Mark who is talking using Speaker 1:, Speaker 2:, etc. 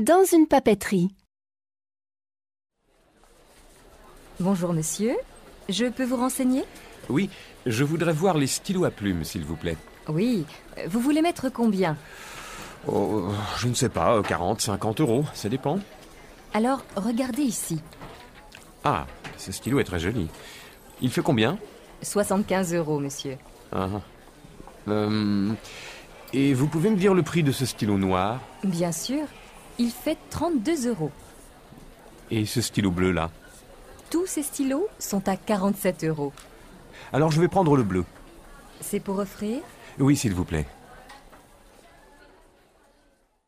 Speaker 1: Dans une papeterie.
Speaker 2: Bonjour monsieur, je peux vous renseigner
Speaker 3: Oui, je voudrais voir les stylos à plumes, s'il vous plaît.
Speaker 2: Oui, euh, vous voulez mettre combien
Speaker 3: Oh, je ne sais pas, 40, 50 euros, ça dépend.
Speaker 2: Alors regardez ici,
Speaker 3: Ah, ce stylo est très joli. Il fait combien
Speaker 2: 75 euros monsieur.
Speaker 3: Ah, euh, Et vous pouvez me dire le prix de ce stylo noir
Speaker 2: Bien sûr, il fait 32 euros.
Speaker 3: et ce stylo bleu là
Speaker 2: Tous ces stylos sont à 47 euros.
Speaker 3: Alors je vais prendre le bleu.
Speaker 2: C'est pour offrir
Speaker 3: Oui, s'il vous plaît.